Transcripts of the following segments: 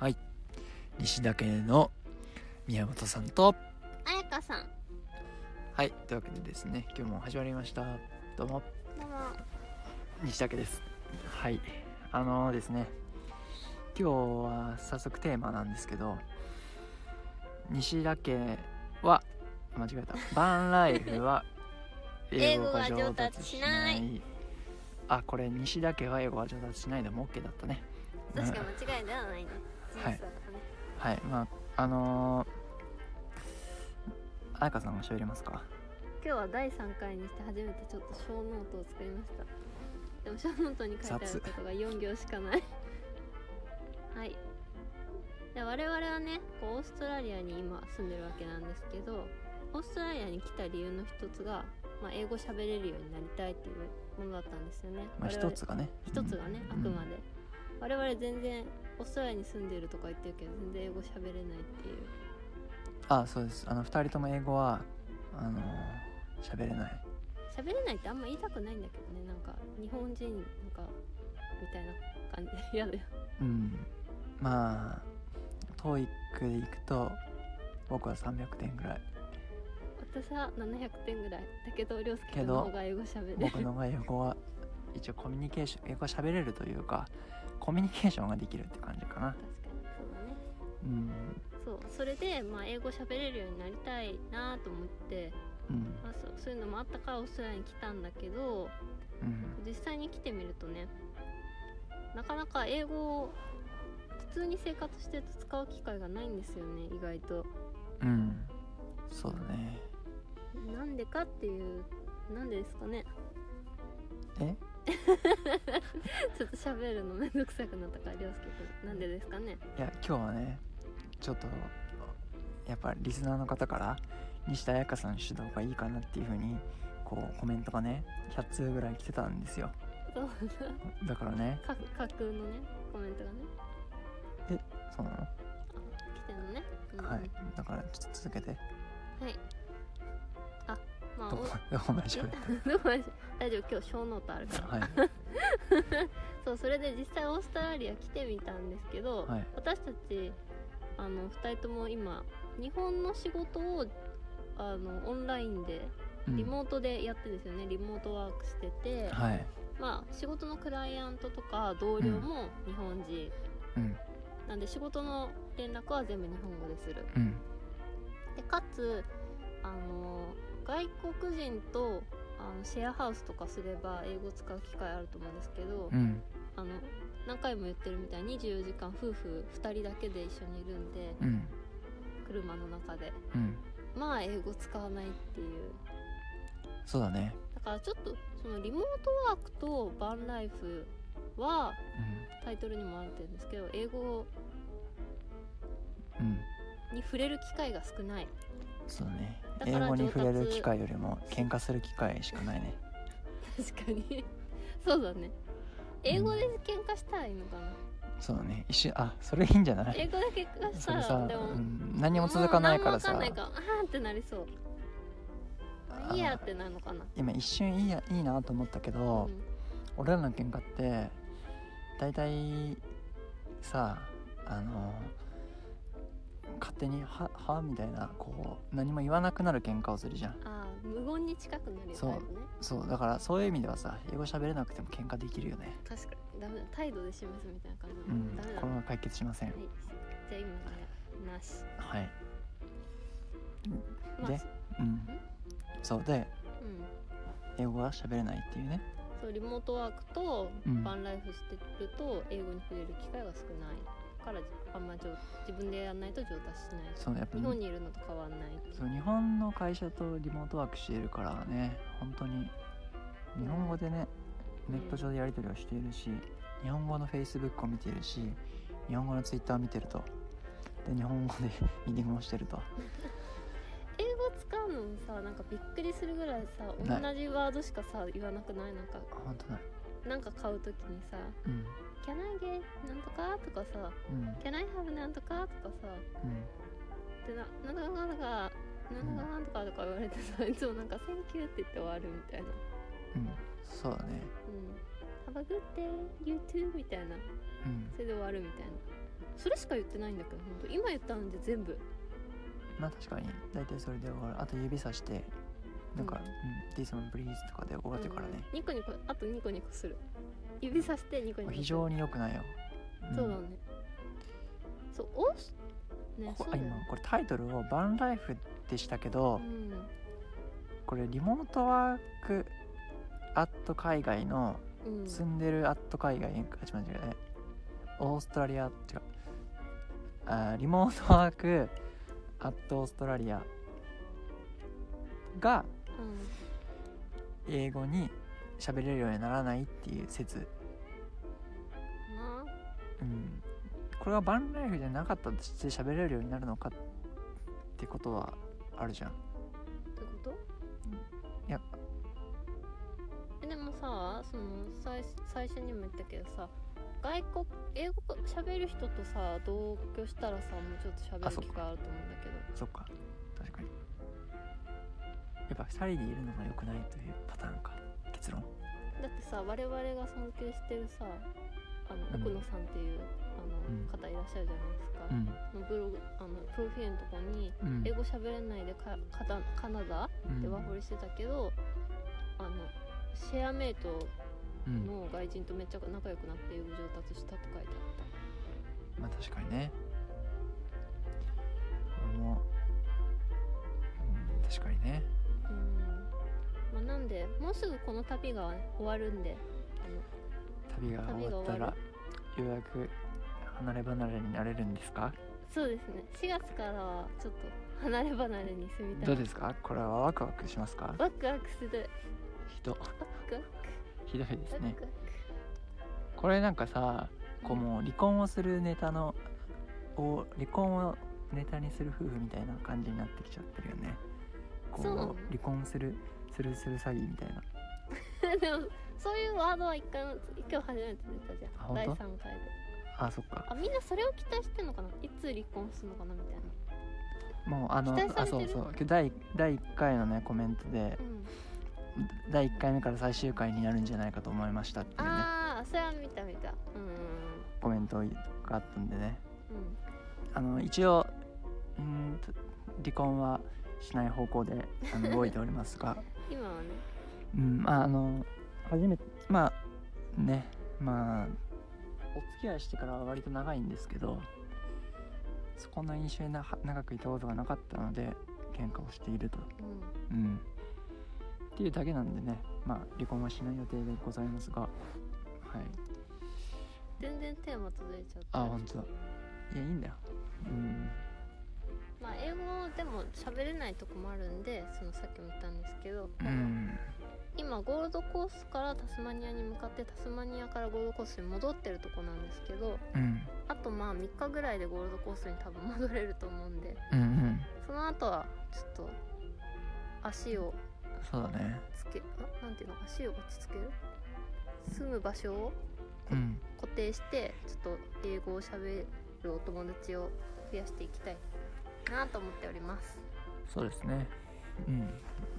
はい西田家の宮本さんとあやかさんはいというわけでですね今日も始まりましたどうもどうも西田家ですはいあのですね今日は早速テーマなんですけど西田家は間違えたバンライフ は英語が上達しないあこれ西田家は英語は上達しないでも OK だったね確か間違いではないね事実はだいからねはいまああのー、彩香さんが喋れますか今日は第3回にして初めてちょっと小ノートを作りましたでも小ノートに書いてあることが4行しかない はいで我々はねこうオーストラリアに今住んでるわけなんですけどオーストラリアに来た理由の一つが、まあ、英語喋れるようになりたいっていうものだったんですよね、まあ我々一つがね一つがね、うんあくまで我々全然オーストラリアに住んでるとか言ってるけど全然英語喋れないっていうあそうですあの2人とも英語はあのー喋れない喋れないってあんま言いたくないんだけどねなんか日本人なんかみたいな感じ嫌だようんまあ TOEIC でいくと僕は300点ぐ らい私は700点ぐらいだけど涼介君の方が英語喋れ僕るの場合英語は一応コミュニケーション英語喋れるというかコミュニケーションができるって感じかな確かにそうだねうんそうそれで、まあ、英語喋れるようになりたいなと思って、うんまあ、そうそういうのもあったからオーストラリアに来たんだけどうん実際に来てみるとねなかなか英語を普通に生活してると使う機会がないんですよね意外とうんそうだねなんでかっていうなんでですかね えちょっと喋るのめんどくさくなったから涼介君なんでですかねいや今日はねちょっとやっぱリスナーの方から西田彩香さん主導がいいかなっていうふうにこうコメントがね100通ぐらい来てたんですよそうだからねか架空のねコメントがねそうな来てるのね、うんのはいだからちょっと続けてはいあまあどおこどこまで 喋っえどこまで大丈夫今日小ノートあるかたら はいそうそれで実際オーストラリア来てみたんですけど、はい私たちあの2人とも今日本の仕事をあのオンラインでうんリモートでやってですよね、リモートワークしてて、はいまあ仕事のクライアントとか同僚も日本人、うんなんで仕事の連絡は全部日本語でするうんでかつあの外国人とあのシェアハウスとかすれば英語使う機会あると思うんですけど、うんあの何回も言ってるみたいに24時間夫婦2人だけで一緒にいるんでうん車の中でうんまあ英語使わないっていうそうだねだからちょっとそのリモートワークとバンライフはタイトルにもあってるんですけど英語うんうんに触れる機会が少ないそうだねだか英ら語に触れ上る達機会よりも喧嘩する機会しかないね確かに そうだね英語で喧嘩したらいいのかな、そうだね一瞬あそれいいんじゃない英語で喧嘩しそたれらさ、でも、うん、何も続かないからさもう何もわかんないからあーってなりそうまあいいやってなるのかな今一瞬いいやいいなと思ったけど、うん俺らの喧嘩って大体さあの勝手に「は」はみたいなこう何も言わなくなる喧嘩をするじゃんあー無言に近くなるよそうだいぶねそうだからそういう意味ではさ英語喋れなくても喧嘩できるよね確かにダメだ態度で示すみたいな感じ、うんダメだこれねは解決しませんはいじゃあ今ねなしはいまあでうんそうでうん英語は喋れないっていうねそうリモートワークとうんバンライフしてると英語に触れる機会が少ないからあんま上自分でやらないと上達しないそうやっぱ日本にいるのと変わんないっていうそう日本の会社とリモートワークしているからね本当に日本語でねネット上でやり取りをしているし日本語の Facebook を見ているし日本語の Twitter を見てるとで日本語でミーティングをしてると英語使うのもさなんかびっくりするぐらいさ同なじワードしかさ言わなくないなんかあ本当だなんか買う時にさうん「Can I get なんとか?」とかさうん「Can I have なんとか?」とかさうんでななんとかなんとかなんとかなんとかとか言われてさいつもなんか「センキュー」って言って終わるみたいな「うんそうだねうん、Have a good day you too」みたいなうんそれで終わるみたいなそれしか言ってないんだけど本当今言ったので全部まあ確かに大体それで終わるあと指さしてなんか「うん、This one please」とかで終わってからね、うんニコニコあとニコニコする指さしてニコニコする非常に良くないよ、んそうだねそうおしねこそうあだよ今ねこれタイトルを「バンライフ」でしたけど、うんこれリモートワークアット海外のうん住んでるアット海外あ違う違うえオーストラリア違うあーリモートワークアットオーストラリアがうん英語に喋れるようにならないっていう説、なうん、これがバンライフじゃなかったとして喋れるようになるのかってことはあるじゃんってこといやえでもさその最最初にも言ったけどさ外国英語喋る人とさ同居したらさもうちょっとあ喋そるっ機か会あると思うんだけどそっか確かにやっぱ2人でいるのが良くないというパターンか結論だってさ我々が尊敬してるさあのうん奥野さんっていうあの、うん方いらっしゃるじゃないですうか、んのブログあのプロフィールのとこにうん英語喋れないでかカタカナダでワーホリしてたけど、あのシェアメイトうんの外人とめっちゃ仲良くなって英語上達したって書いてあったまあ確かにね俺も、うん、確かにねうん、まあ、なんでもうすぐこの旅が終わるんで旅が終わった旅が終わらようやく離れ離れになれるんですかそうですね4月からはちょっと離れ離れに住みたどういですかこれはワクワクしますかワクワクするひどワクワクひどいですワねクワこれなんかさクこうもう離婚をするネタのを離婚をネタにする夫婦みたいな感じになってきちゃってるよねこうそうなの離婚するするする詐欺みたいな でもそういうワードは一回も一回も初めて出たじあゃん本第当3回であそっかあみんなそれを期待してんのかないつ離婚するのかなみたいなもうあの期待さあれてそるうそう今日第第1回のねコメントでうん第1回目から最終回になるんじゃないかと思いましたっていうねああそれは見た見たうんコメントがあったんでねうんあの一応うーんと離婚はしない方向であの動いておりますが、今はねうん、まああの初めてまあねまあお付き合いしてからは割と長いんですけどそこんな印象にな長くいたことがなかったので喧嘩をしているとうんうん、っていうだけなんでね、まあ、離婚はしない予定でございますが、はい、全然テーマ続いちゃったあ本当だいやいいんだよ、うん、まあ、英語でも喋れないとこもあるんでそのさっきも言ったんですけど、うん、今ゴールドコーストからタスマニアに向かってタスマニアからゴールドコーストに戻ってるとこなんですけどうん、あとまあ3日ぐらいでゴールドコーストに多分戻れると思うんでうん、うん、その後はちょっと足をそうだね、つけあなんていうの足を落ち着ける住む場所をうん、固定してちょっと英語を喋るお友達を増やしていきたいなと思っております。そうですね、うん、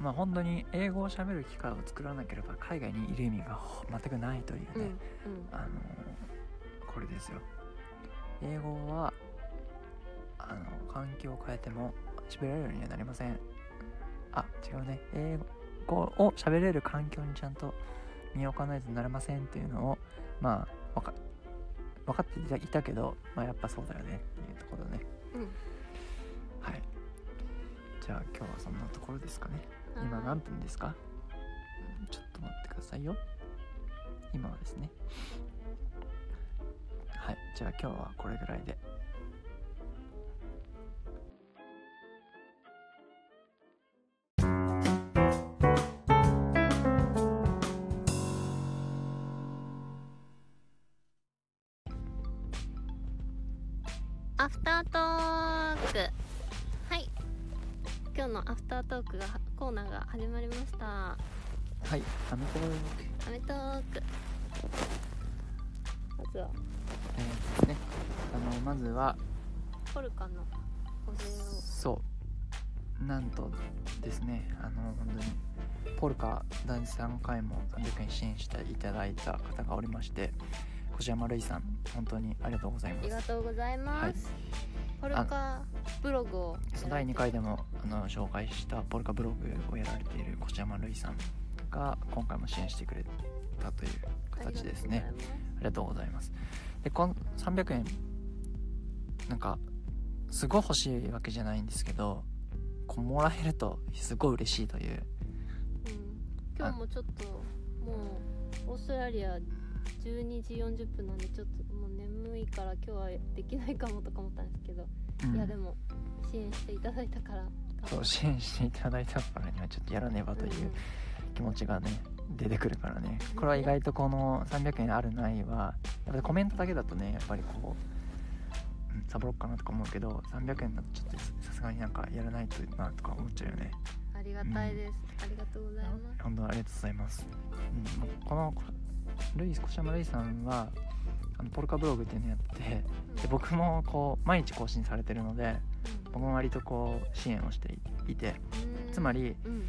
まあ本当に英語を喋る機会を作らなければ海外にいる意味がほ全くないというね、うん、うんあのこれですよ英語はあの環境を変えても喋れるようにはなりませんあ違うね英語を喋れる環境にちゃんと身を置かないとなれませんっていうのをまあわか分かっていたいたけど、まあ、やっぱそうだよねっていうところねうんはいじゃあ今日はそんなところですかね今は何分ですかうんちょっと待ってくださいよ今はですねはいじゃあ今日はこれぐらいでアフタートークはい今日のアフタートークがコーナーが始まりましたアはいアメコミメトークまずはえーですねあのまずはポルカのお礼をそうなんとですねあの本当にポルカ第3回も300円支援していただいた方がおりまして小山るいさん本当にありがとうございありまがすとうございます、ポルカブログをそう第2回でもあの紹介したポルカブログをやられている小山るいさんが今回も支援してくれたという形ですねありがとうございますありがとうございます。で、この300円、なんか、すごい欲しいわけじゃないんですけど、こうもらえるとすごい嬉しいという、うん今日もちょっともうオーストラリア12時40分なんでちょっともう眠いから今日はできないかもとか思ったんですけど、うんいやでも支援していただいたからそう支援していただいたからにはちょっとやらねばといんう気持ちがね、出てくるからね。これは意外とこの300円あるないは、やっぱりコメントだけだとね、やっぱりこう、うんサボろうかなとか思うけど、300円だとちょっとさすがになんかやらないとなとか思っちゃうよね。ありがたいです、ありがとうございます本当ありがとうございます、うん、このルイ小島ルイさんはあのポルカブログっていうのやってうんで僕もこう毎日更新されてるのでう僕んも割とこう支援をしていてつまりうんうん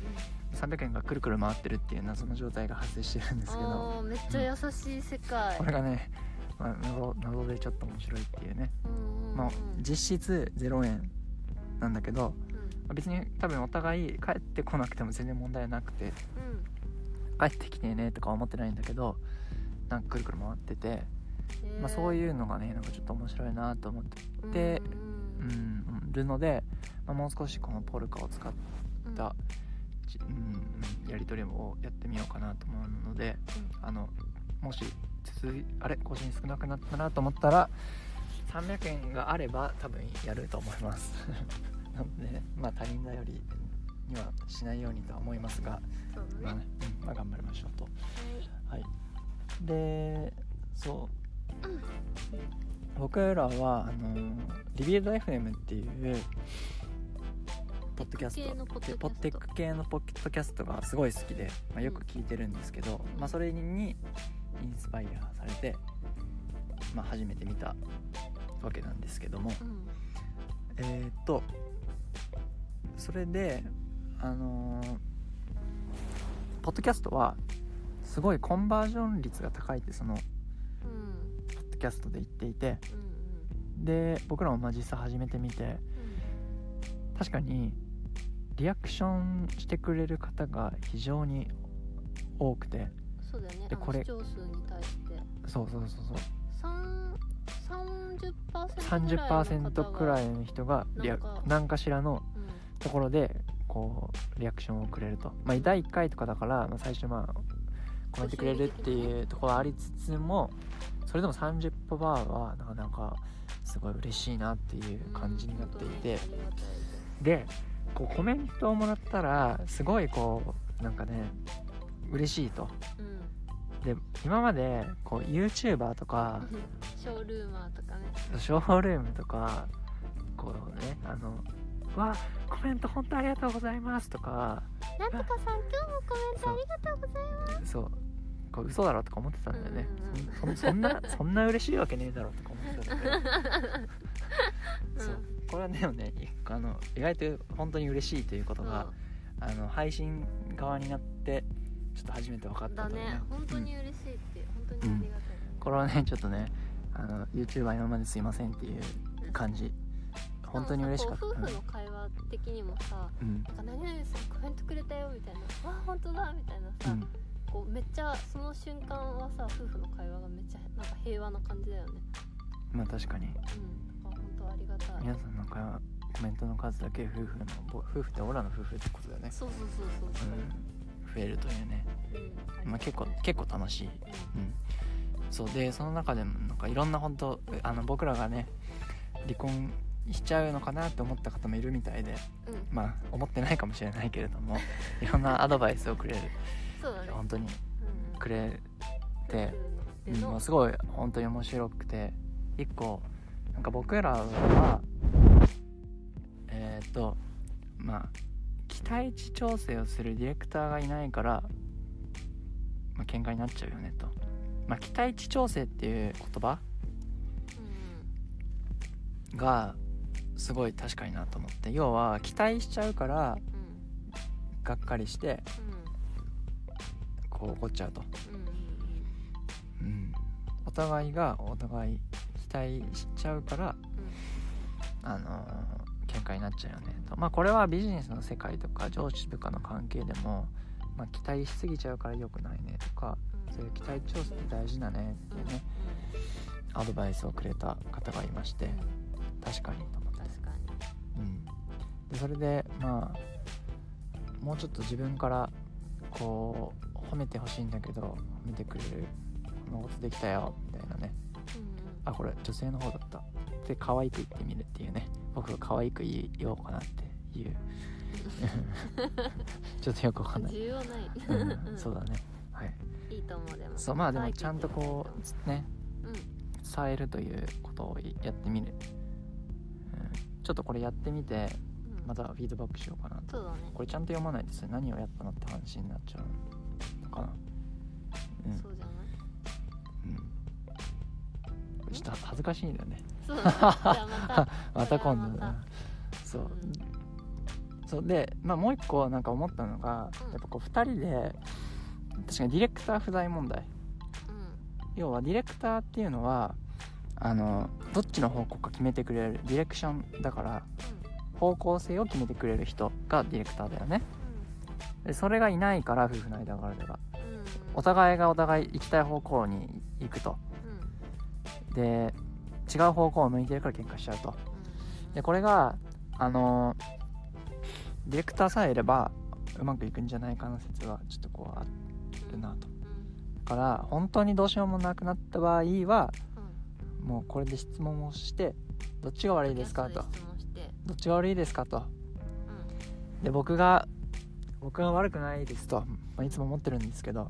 300円がくるくる回ってるっていう謎の状態が発生してるんですけどあーめっちゃ優しい世界、これがね、まあ、謎謎でちょっと面白いっていうね、うんうんうんまあ、実質0円なんだけどうんまあ別に多分お互い帰ってこなくても全然問題なくてうん帰ってきてねとか思ってないんだけどなんかくるくる回ってて、えーまあ、そういうのがねなんかちょっと面白いなと思ってでううんうんんるので、まあ、もう少しこのポルカを使った、ちうん、やり取りをやってみようかなと思うので、あのもし続いあれ更新少なくなったなと思ったら300円があれば多分やると思います なので、まあ、他人頼りにはしないようにとは思いますが、そうまだあねねうんまあ、頑張りましょうと。はいはい、でそう、僕らはあのリビルド FM っていうポッドキャス系のポットドキャストでポッテック系のポッドキャストがすごい好きで、まあ、よく聞いてるんですけど、うんまあ、それにインスパイアされて、まあ、初めて見たわけなんですけども、うんえーっとそれであのーポッドキャストはすごいコンバージョン率が高いってそのうんポッドキャストで言っていてうんうんで僕らもまあ実際始めてみて確かにリアクションしてくれる方が非常に多くてそうだよねであのこれ視聴数に対してそうそうそうそう三30%ぐらいの方が30%くらいの人がリアなんか何かしらのうんところでこうリアクションをくれると、まあ、第1回とかだから、まあ、最初まあコメントくれるっていうところはありつつもそれでも30%バーはなかなかすごい嬉しいなっていう感じになっていて、うん本当にありがたいでですこうコメントをもらったらすごいこうなんかね嬉しいとうんで今までこう YouTuber とかショールーマーとかねショールームとかこうねあの「わコメント本当ありがとうございます」とかなんとかさん今日もコメントありがとうございまそうこう嘘だろとか思ってたんだよね、うんうんそんそんなそんな嬉しいわけねえだろとか思ってたんだけど、すそうこれはでもね一個あの意外と本当に嬉しいということうんが、あの配信側になってちょっと初めて分かそっうただというね本当うんに嬉しいって本当にありがたいこれはねちょっとねあの YouTuber 今まですいませんっていううん感じ本当に嬉しかったでもさこう夫婦の会話的にもさうんなんか何々さんコメントくれたよみたいなわあ本当だみたいなうさんこうめっちゃその瞬間はさ夫婦の会話がめっちゃなんか平和な感じだよねまあ確かにうんだから本当ありがたい皆さんなんかコメントの数だけ夫婦のぼ夫婦ってオラの夫婦ってことだよね、そうそうそうそううそん、増えるというね、う、うんまあ、結構結構楽しいうん、そうでその中でもなんかいろんな本当あの僕らがね離婚しちゃうのかなって思った方もいるみたいでうん、うん、まあ思ってないかもしれないけれどもいろんなアドバイスをくれるそうだね本当にうんくれて、う夫婦んでのもうすごい本当に面白くて一個なんか僕らはえーっとまあ期待値調整をするディレクターがいないから、まあ喧嘩になっちゃうよねと、まあ、期待値調整っていう言葉がすごい確かになと思って要は期待しちゃうからうんがっかりしてうんこう怒っちゃうと、うんうんうんうんうん、お互いがお互い期待しちゃうから、あのー喧嘩になっちゃうよねとまあこれはビジネスの世界とか上司部下の関係でも、まあ、期待しすぎちゃうから良くないねとかそういう期待調整って大事だねっていうねアドバイスをくれた方がいまして確かにと思って、確かにうん、でそれでまあもうちょっと自分からこう褒めてほしいんだけど褒めてくれるこのことできたよみたいなねあこれ女性の方だったで可愛く言ってみるっていうね僕が可愛く言おうかなっていうちょっとよくわかんない、重要ないうん、そうだねはいいいと思うでもそうまあで可も愛くちゃんとこうつねうん伝えるということをやってみる、うん、ちょっとこれやってみてうんまたフィードバックしようかなとそうだねこれちゃんと読まないとそれ何をやったのって話になっちゃうのかなうんそうじゃないうんこれちょっと恥ずかしいんだよねそうだねじゃあ ままた今度それはま、そううんそうで、まあ、もう一個なんか思ったのが、うんやっぱこう2人で確かにディレクター不在問題たうん要はディレクターっていうのはあのどっちの方向か決めてくれるディレクションだから方向性を決めてくれる人がディレクターだよねでそれがいないから夫婦の間柄ではうんうんうんお互いがお互い行きたい方向に行くとうんうんで違う方向を向いてるから喧嘩しちゃうとでこれがあのディレクターさえいればうまくいくんじゃないかな説はちょっとこうあるなとうんだから本当にどうしようもなくなった場合はもうこれで質問をしてどっちが悪ういんですかキャとストで質問してどっちが悪いですかとうんで僕が僕が悪くないですと、まあ、いつも思ってるんですけど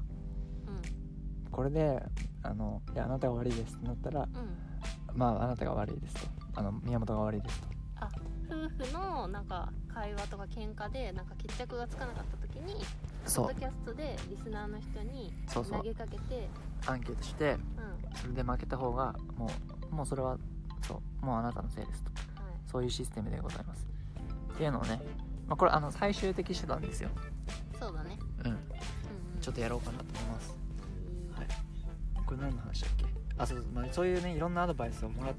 これであのいやあなたが悪いですってなったらうんうんまああなたが悪いですとあの宮本が悪いですと夫婦のなんか会話とか喧嘩でなんか決着がつかなかった時にポそッドうキャストでリスナーの人にそうそう投げかけてアンケートしてうんはそれで負けた方がもうもうそれはそうもうあなたのせいですといそういうシステムでございますっていうのをね、まあ、これあの最終的手段ですよそうだねうんうんうんちょっとやろうかなと思いますははいいこれ何の話だっけあそうそう、まあ、そういうねいろんなアドバイスをもらっ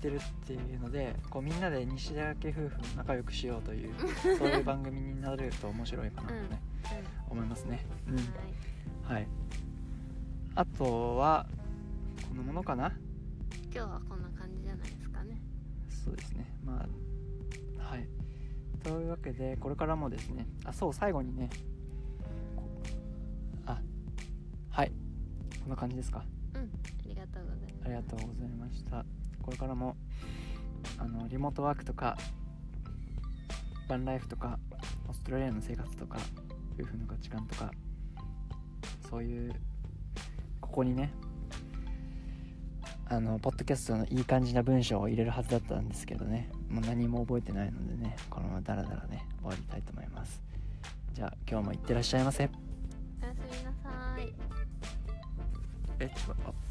てるっていうのでこうみんなで西田家夫婦仲良くしようと いうそういう番組になると面白いかなとね、思いますねうんはいはいあとはこのものかな今日はこんな感じじゃないですかねそうですねまあはいというわけでこれからもですねあそう最後にねこあはいこんな感じですかありがとうございますありがとうございましたこれからもあのリモートワークとかバンライフとかオーストラリアの生活とか夫婦の価値観とかそういうここにねあのポッドキャストのいい感じな文章を入れるはずだったんですけどねもう何も覚えてないのでねこのままダラダラね終わりたいと思いますじゃあ今日もいってらっしゃいませおやすみなさいえちょっとあ